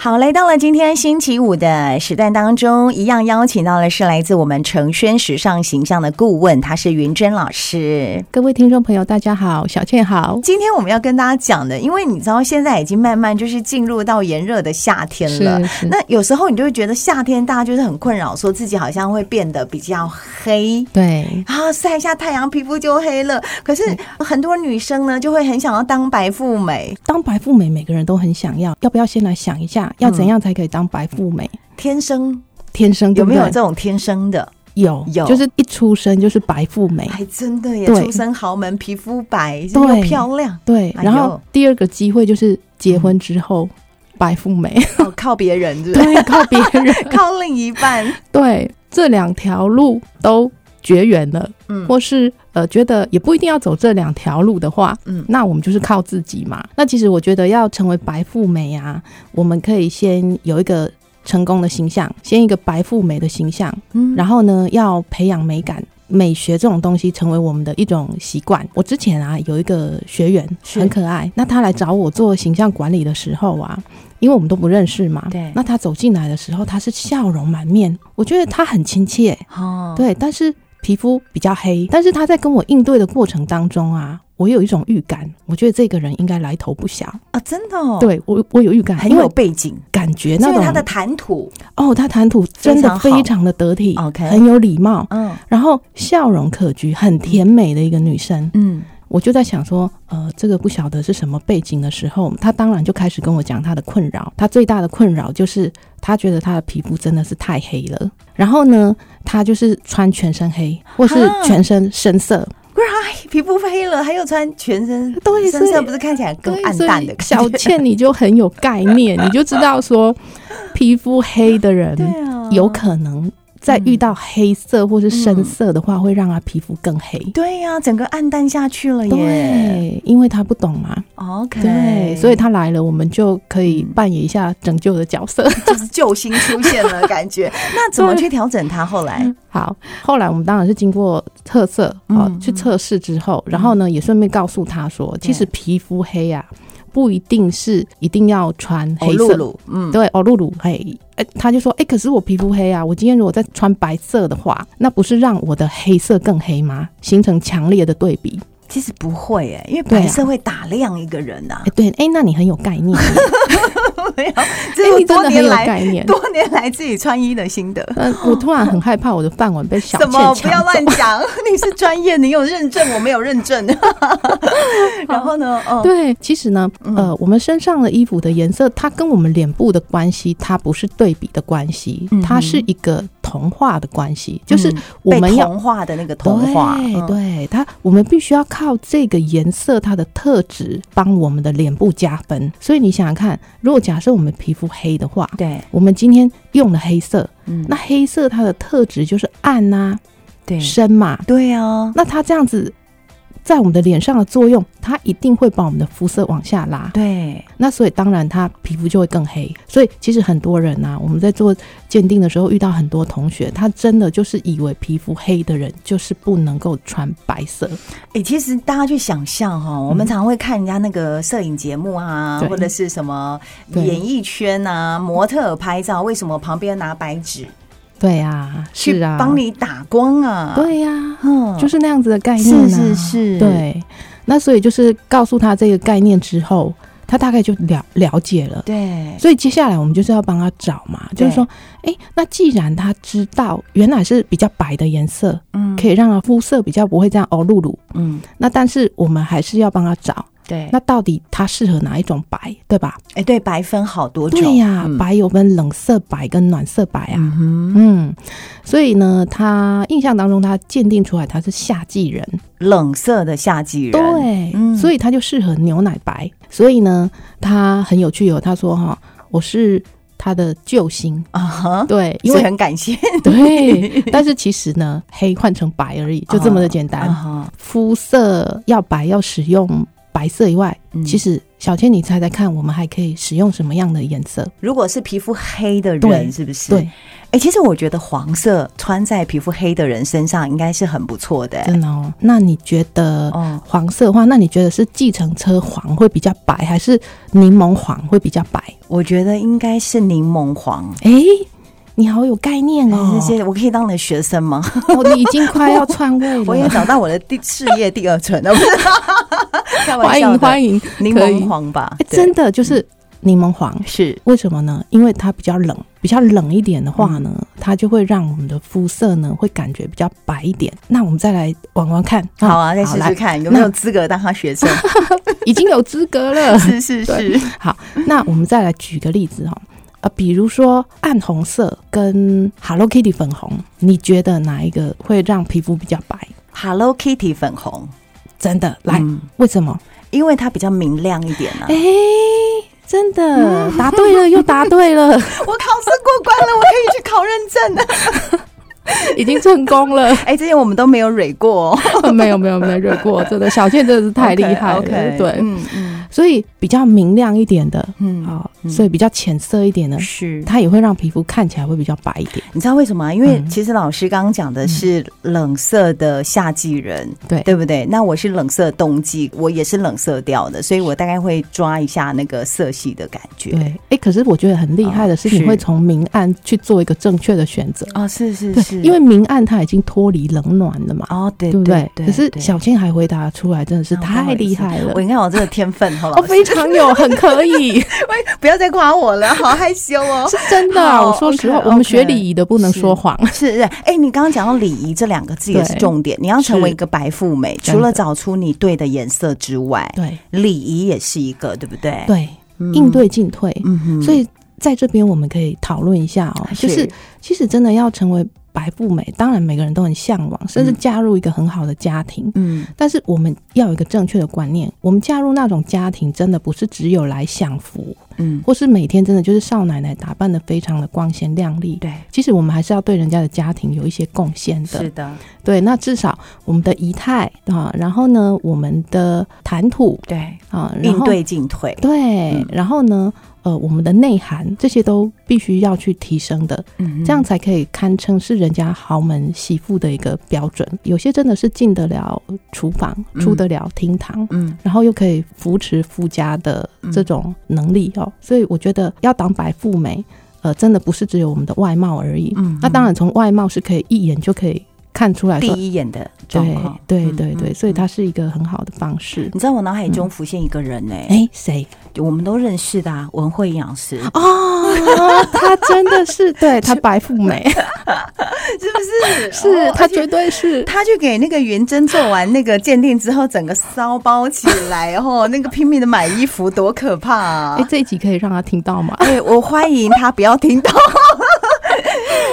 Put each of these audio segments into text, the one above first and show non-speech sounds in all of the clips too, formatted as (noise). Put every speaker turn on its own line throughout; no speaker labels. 好，来到了今天星期五的时段当中，一样邀请到的是来自我们成轩时尚形象的顾问，他是云珍老师。
各位听众朋友，大家好，小倩好。
今天我们要跟大家讲的，因为你知道现在已经慢慢就是进入到炎热的夏天了，
是
那有时候你就会觉得夏天大家就是很困扰，说自己好像会变得比较黑。
对，
啊，晒一下太阳，皮肤就黑了。可是很多女生呢，就会很想要当白富美，
当白富美，每个人都很想要，要不要先来想一下，要怎样才可以当白富美？
天生
天生
有没有
对不
这种天生的？
对有
有
就是一出生就是白富美。
还哎真的耶，
哎对
出身豪门，皮肤白又
对
漂亮，
对，
哎呦
然后第二个机会就是结婚之后、白富美，
哦，靠别人是不是？
(laughs) 对，靠别人。
(laughs) 靠另一半，
对，这两条路都绝缘了，
嗯
或是呃觉得也不一定要走这两条路的话，
嗯
那我们就是靠自己嘛。那其实我觉得要成为白富美啊，我们可以先有一个成功的形象，先一个白富美的形象，
嗯
然后呢，要培养美感。美学这种东西成为我们的一种习惯。我之前啊有一个学员
是
很可爱，那他来找我做形象管理的时候啊，因为我们都不认识嘛，
对
那他走进来的时候，他是笑容满面，我觉得他很亲切，
哦，
对，但是皮肤比较黑，但是他在跟我应对的过程当中啊，我有一种预感，我觉得这个人应该来头不小。
啊，真的哦，，
对我，我有预感，
很
因为
有背景，
感觉
因
那
为
种
他的谈吐，
哦，他谈吐真
非
的
常好
非常的得体
OK
很有礼貌，
嗯
然后笑容可掬，很甜美的一个女生。
嗯，
我就在想说，呃，这个不晓得是什么背景的时候，她当然就开始跟我讲她的困扰。她最大的困扰就是她觉得她的皮肤真的是太黑了，然后呢，她就是穿全身黑或是
啊
全身深色，
不然他皮肤黑了，还有穿全身，
对
身
所
色
以
不是看起来更
对
暗
所以
淡的感觉
小倩，你就很有概念，你就知道说，皮肤黑的人
(laughs) (laughs) 对啊，
有可能在遇到黑色或是
嗯
深色的话，会让她皮肤更黑。
对呀、整个暗淡下去了耶。
对，因为她不懂嘛，
OK，
对，所以他来了，我们就可以扮演一下拯救的角色。
就是救星出现了，感觉。那怎么去调整它？后来，
(laughs) 好，后来我们当然是经过测色啊、
嗯
去测试之后，然后呢也顺便告诉他说，其实皮肤黑啊，不一定是一定要穿黑色。
露露，嗯，
对，哦，露露，嘿，哎、他就说，哎、可是我皮肤黑啊，我今天如果再穿白色的话，那不是让我的黑色更黑吗？形成强烈的对
(laughs)
比。
其实不会哎，因为
对啊
白色会打亮一个人呐
哎、。对，哎、那你很有概念，哎、
(laughs) 没
(laughs)
有，这是我
你真
多
的很
年
有
来
概念。
多年来自己穿衣的心得。
嗯，我突然很害怕我的饭碗被小
什
倩
么？
抢
不要
走。
乱讲！
(laughs)
你是专业，你有认证，我没有认证。 (laughs) 然后呢？哦，
(laughs) 对，其实呢，
嗯
呃，我们身上的衣服的颜色，它跟我们脸部的关系，它不是对比的关系
嗯哼，嗯
它是一个同化的关系，就是我
被
们要。
同化的那个同化，
对，
嗯
对它，我们必须要靠这个颜色它的特质帮我们的脸部加分。所以你想想看，如果假设我们皮肤黑的话，
对，
我们今天用了黑色，
嗯
那黑色它的特质就是暗啊、
对
深嘛，
对啊，
那它这样子在我们的脸上的作用，它一定会把我们的肤色往下拉。
对，
那所以当然它皮肤就会更黑。所以其实很多人呐、我们在做鉴定的时候遇到很多同学，他真的就是以为皮肤黑的人就是不能够穿白色。
哎、其实大家去想象哈、我们常会看人家那个摄影节目啊，
嗯对
或者是什么
对
演艺圈啊，模特儿拍照，为什么旁边拿白纸
对啊，是啊，
去帮你打光啊？，
对呀、
嗯，
就是是那样子的概念、
是
啊。
是是
对。那所以就是告诉他这个概念之后，他大概就了了解了。
对，
所以接下来我们就是要帮他找嘛，
对
就是说，诶，那既然他知道原来是比较白的颜色，
嗯
可以让他肤色比较不会这样哦露露，
嗯，
那但是我们还是要帮他找，
对，
那到底他适合哪一种白，对吧？
哎、对，白分好多种，
对呀、
嗯
白有分冷色白跟暖色白啊，
嗯哼，
嗯，所以呢，他印象当中他鉴定出来他是夏季人，
冷色的夏季人，
对，
嗯
所以他就适合牛奶白。所以呢，他很有趣哦，他说哈，我是他的救星。
啊哈，
对，因
因为
为
很感
(laughs)
谢， (laughs)
对，但是其实呢，
啊
黑换成白而已，就这么的简单。
啊哈，
肤色要白要使用白色以外，
嗯
其实小倩，你猜猜看，我们还可以使用什么样的颜色？
如果是皮肤黑的人，
对
是不是？
对，
哎、其实我觉得黄色穿在皮肤黑的人身上应该是很不错的、
真的哦。那你觉得
哦，
黄色的话，那你觉得是计程车黄会比较白，还是柠檬黄会比较白？
我觉得应该是柠檬黄。
诶，你好有概念哦
这！些我可以当你的学生
(laughs)
吗？
哦，你已经快要篡位
(laughs)
了。
我也找到我的第事业第二春了，不是？
(laughs)
开玩
欢
笑
迎
的，
欢迎，
柠
可以
檬黄吧
诶，
对嗯
真的就是柠檬黄。
是
为什么呢？因为它比较冷，比较冷一点的话
嗯
呢，它就会让我们的肤色呢会感觉比较白一点。那我们再来玩玩看，
好 (laughs) 啊，再
好
试试
来
看有没有
那
资格当他 (laughs) 学生？
已经有资格了。
是是是
对， (laughs) 那我们再来举个例子哈、哦，呃，比如说暗红色跟 Hello Kitty 粉红，你觉得哪一个会让皮肤比较白？
Hello Kitty 粉红，
真的，来，
嗯
为什么？
因为它比较明亮一点啊嗯
哎。、真的，答对了，又答
(laughs)
对了，
我考试过关了，我可以去考认证了。
已经成功了。
(laughs) 哎，这些我们都没有蕊过哦，
没有没有没有惹过，真的，小倩真的是太厉害了。
OK，OK，
对，
嗯嗯
所以比较明亮一点的，
嗯，
啊、
嗯
所以比较浅色一点的，
是。
它也会让皮肤看起来会比较白一点。
你知道为什么吗？因为
嗯
其实老师刚刚讲的是冷色的夏季人，
对
嗯对不对？那我是冷色冬季，我也是冷色调的，所以我大概会抓一下那个色系的感觉。
对，哎、可是我觉得很厉害的是，
是
你会从明暗去做一个正确的选择。
哦，是是
对
是，
因为明暗它已经脱离冷暖了嘛，
哦，对
对不
对
对？可是小倩还回答出来，真的是
哦不好
太
意思
厉害了
我。应该有这个天分，好老
(laughs) 哦，
师
非常
(laughs)
有，很可以，
喂不要再夸我了，好害羞哦。
是真的啊。
好
我说实话，
OK，OK，
我们学礼仪的不能
是
说谎。
(laughs) 是是，哎，你刚刚讲到礼仪这两个字也是
对
重点，你要成为
是
一个白富美，
真的
除了找出你对的颜色之外，
对
礼仪也是一个，对不对？
对，
嗯
应，对进退。
嗯哼
所以在这边我们可以讨论一下哦，就是其实真的要成为白富美，当然每个人都很向往，甚至
嗯
加入一个很好的家庭。
嗯，
但是我们要有一个正确的观念，我们加入那种家庭，真的不是只有来享福，
嗯，
或是每天真的就是少奶奶打扮的非常的光鲜亮丽。
对，
其实我们还是要对人家的家庭有一些贡献的
是，的，
对。那至少我们的仪态啊，然后呢，我们的谈吐
对，
啊，然
应
后
对进退，
对，
嗯
然后呢，呃，我们的内涵这些都必须要去提升的，
嗯
这样才可以堪称是人家豪门媳妇的一个标准。有些真的是进得了厨房，
嗯
出得了厅堂。
嗯，
然后又可以扶持夫家的这种能力
嗯
哦，所以我觉得要当白富美，呃，真的不是只有我们的外貌而已。
嗯
那当然，从外貌是可以一眼就可以看出来
第
说，
一眼的状
对
况，
对
嗯
对对，
嗯
所以
嗯
它是一个很好的方式。
你知道我脑海中浮现一个人呢、
哎，谁？
我们都认识的、啊、文慧营养师，
哦，她真的是对她白富
(laughs)
美，
是不是？
(laughs) 是
哦
她
而且
绝对是。
他去给那个元珍做完那个鉴定之后，整个骚包起来，然
(laughs)
后那个拼命的买衣服，多可怕啊！
哎，这一集可以让她听到吗？
哎、我欢迎他不要听到。 (laughs)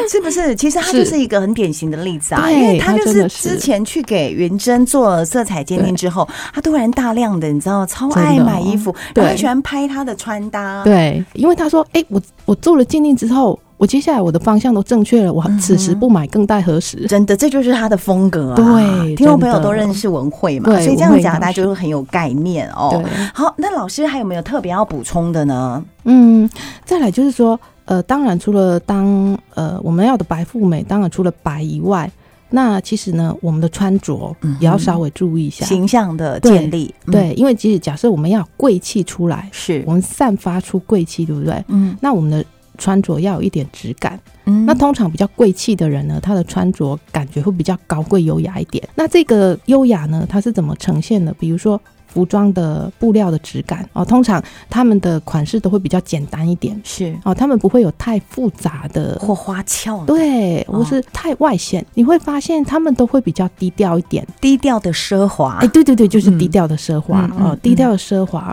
是不是？其实他
是
就是一个很典型的例子啊，
对
因为他
他
就
真
是
的是
之前去给云珍做了色彩鉴定之后，他突然大量的，你知道，超
真的
爱
哦
买衣服，
对
然后喜欢拍他的穿搭，
对，因为她说，哎，我我做了鉴定之后，我接下来我的方向都正确了，我
嗯
此时不买更待何时？
真的，这就是他的风格啊。
对
听众朋友
真的
都认识文慧嘛，
对
所以这样
文慧
讲
老
大家就会很有概念哦
对。，
好，那老师还有没有特别要补充的呢？
嗯，再来就是说，呃，当然除了当呃我们要的白富美，当然除了白以外，那其实呢，我们的穿着
嗯哼
也要稍微注意一下。
形象的建立，嗯，
对，因为即使假设我们要贵气出来，
是
我，们散发出贵气，对不对？
嗯
那我们的穿着要有一点质感。
嗯
那通常比较贵气的人呢，他的穿着感觉会比较高贵优雅一点。那这个优雅呢，它是怎么呈现的？比如说。服装的布料的质感哦，通常他们的款式都会比较简单一点
是
哦，他们不会有太复杂的，
或花俏的、
对，
哦
或是太外显。你会发现他们都会比较低调一点。
低调的奢华
哎、，对对对，就是
嗯
低调的奢华、
嗯嗯
哦，低调的奢华，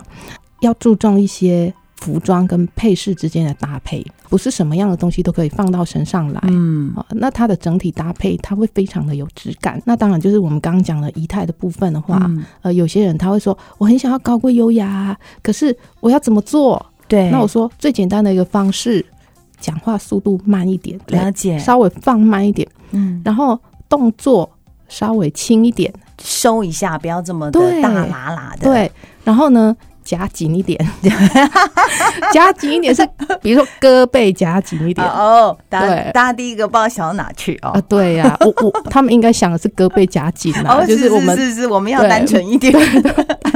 要注重一些服装跟配饰之间的搭配，不是什么样的东西都可以放到身上来。
嗯
哦，那它的整体搭配，它会非常的有质感。那当然就是我们刚刚讲的仪态的部分的话，
嗯
呃，有些人他会说，我很想要高贵优雅啊，可是我要怎么做？
对，
那我说最简单的一个方式，讲话速度慢一点，
了解，
稍微放慢一点，
嗯，
然后动作稍微轻一点，
收一下，不要这么的
对
大喇喇的，，
对，然后呢，夹紧
(laughs)
一点，夹紧一点是，比如说胳背夹紧一点。
哦，大家
啊对
大家第一个不知道想到哪去哦
啊，。对呀、我我他们应该想的是胳背夹紧啊，
哦，
就是我们
是是是，我们要
对
单纯一点。 (laughs)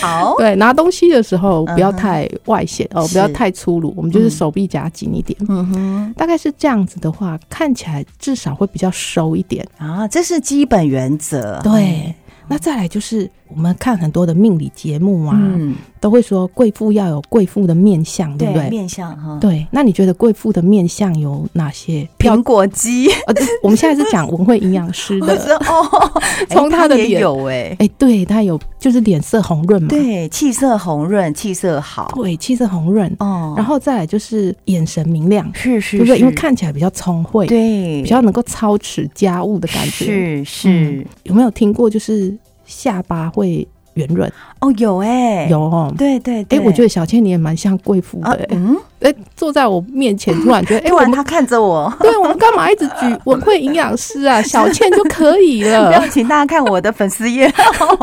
好，
对拿东西的时候不要
哦嗯哼
太外显、哦，
是
不要太粗鲁，我们就是
嗯
手臂夹紧一点，
嗯哼，
大概是这样子的话，看起来至少会比较收一点。
啊，这是基本原则。
对，那再来就是我们看很多的命理节目啊，
嗯，
都会说贵妇要有贵妇的面相，对
对
不对？
面相哈，
对，那你觉得贵妇的面相有哪些？
(laughs) 苹果肌，
呃，这我们现在是讲文慧营养师
(laughs) 我
的，
说哦，
(laughs) 从
哎
她的
也
脸
有哎，
哎，对，她有就是脸色红润嘛，
对，气色红润，气色好
对，气色红润，
哦，
然后再来就是眼神明亮，
是
对
是
不
是，
对？因为看起来比较聪慧，
对
比较能够操持家务的感觉。
是
嗯
是
有没有听过就是下巴会圆润？
哦，有哎，
有哦。
对对
哎、
对，
我觉得小倩你也蛮像贵妇的、
啊
哎，
嗯，
哎、坐在我面前，突然觉
(laughs)
得，哎、
突
我
然
们
他看着我，
对我们干嘛一直举
(laughs)
文慧营养师啊？小倩就可以
不
了
要，请大家看我的粉丝页，
呃 (laughs)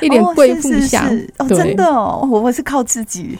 一脸贵妇
哦是是
相。
是哦，
对
真的哦，我我是靠自己，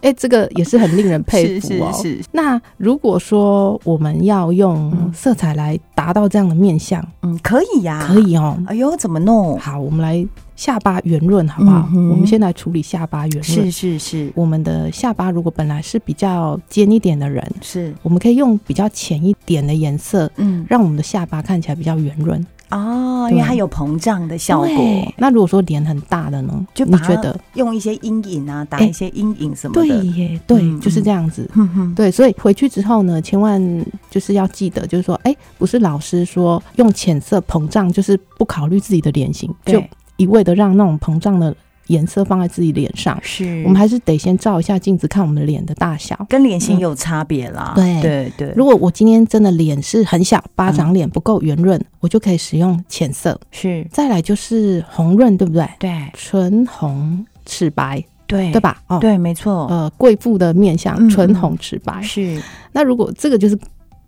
哎、这个也是很令人佩
是
服
是
哦。
是，
那如果说我们要用
嗯
色彩来达到这样的面相，
嗯，可以呀，
可。以哦。
哎呦，怎么弄？
好，我们来下巴圆润好不好
嗯？哼
我们先来处理下巴圆润
是。是是
我们的下巴如果本来是比较尖一点的人，
是，
我们可以用比较浅一点的颜色，
嗯
让我们的下巴看起来比较圆润。
哦，因为它有膨胀的效果
对，那如果说脸很大的呢？
就
你
把它
觉得
用一些阴影啊，打
哎
一些阴影什么
对
的。
耶，对，
嗯
就是这样子。
哼哼，
对，所以回去之后呢，千万就是要记得，就是说，哎、不是老师说用浅色膨胀，就是不考虑自己的脸型，就
对
一味的让那种膨胀的颜色放在自己脸上。
是
我们还是得先照一下镜子，看我们的脸的大小。
跟脸型有差别啦。
嗯
对对，
如果我今天真的脸是很小，巴掌脸不够圆润，我就可以使用浅色。
是
再来就是红润，对不对？
对
唇红齿白，
对
对？吧？哦，
哎对，没错，
呃，贵妇的面相，
嗯
唇红齿白。
是
那如果这个就是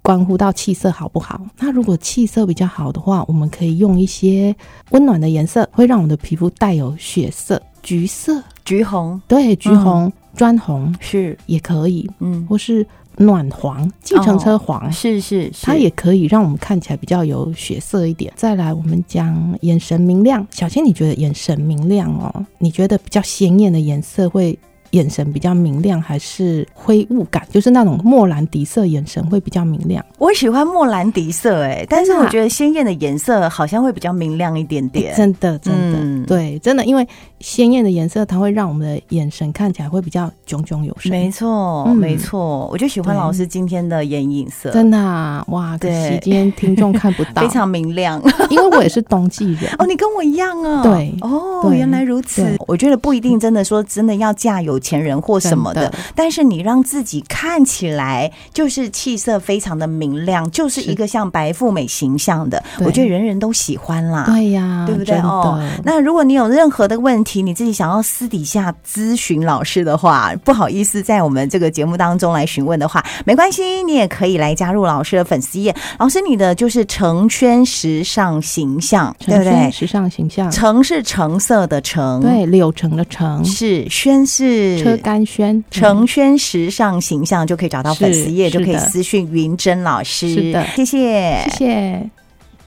关乎到气色好不好？那如果气色比较好的话，我们可以用一些温暖的颜色，会让我们的皮肤带有血色、橘色，
橘红
对，橘红、
嗯
砖红
是
也可以，
嗯
或是暖黄、计程车黄。
哦是是是，
它也可以让我们看起来比较有血色一点。再来，我们讲眼神明亮。小千，你觉得眼神明亮哦？你觉得比较鲜艳的颜色会眼神比较明亮，还是灰雾感？就是那种莫兰迪色眼神会比较明亮？
我喜欢莫兰迪色哎，但是
真的啊
我觉得鲜艳的颜色好像会比较明亮一点点。
真的，哎真的，
嗯
对，真的，因为鲜艳的颜色，它会让我们的眼神看起来会比较炯炯有神。
没错，
嗯
没错，我就喜欢
对
老师今天的眼影色，
真的、啊、哇！可惜
对
今天听众看不到，
(laughs) 非常明亮。。
因为我也是冬季人
(laughs) 哦，你跟我一样啊？
对
哦，
对
原来如此
对。
我觉得不一定真的说真的要嫁有钱人或什么的，
真的
但是你让自己看起来就是气色非常的明亮，就是
是
一个像白富美形象的，
对
我觉得人人都喜欢啦。
对呀、
啊对不对
真的
哦？那如果你有任何的问题，你自己想要私底下咨询老师的话，不好意思在我们这个节目当中来询问的话，没关系，你也可以来加入老师的粉丝页。老师，你的就是成圈时尚形象，对
成
不对
轩？时尚形象，
橙是橙色的橙，，
嗯对，柳橙的橙，
是轩是
车嗯甘轩，
橙轩时尚形象就可以找到粉丝页，
是
就可以
是的
私讯云珍老师。
是的
谢谢，
(laughs) 嗯，谢谢。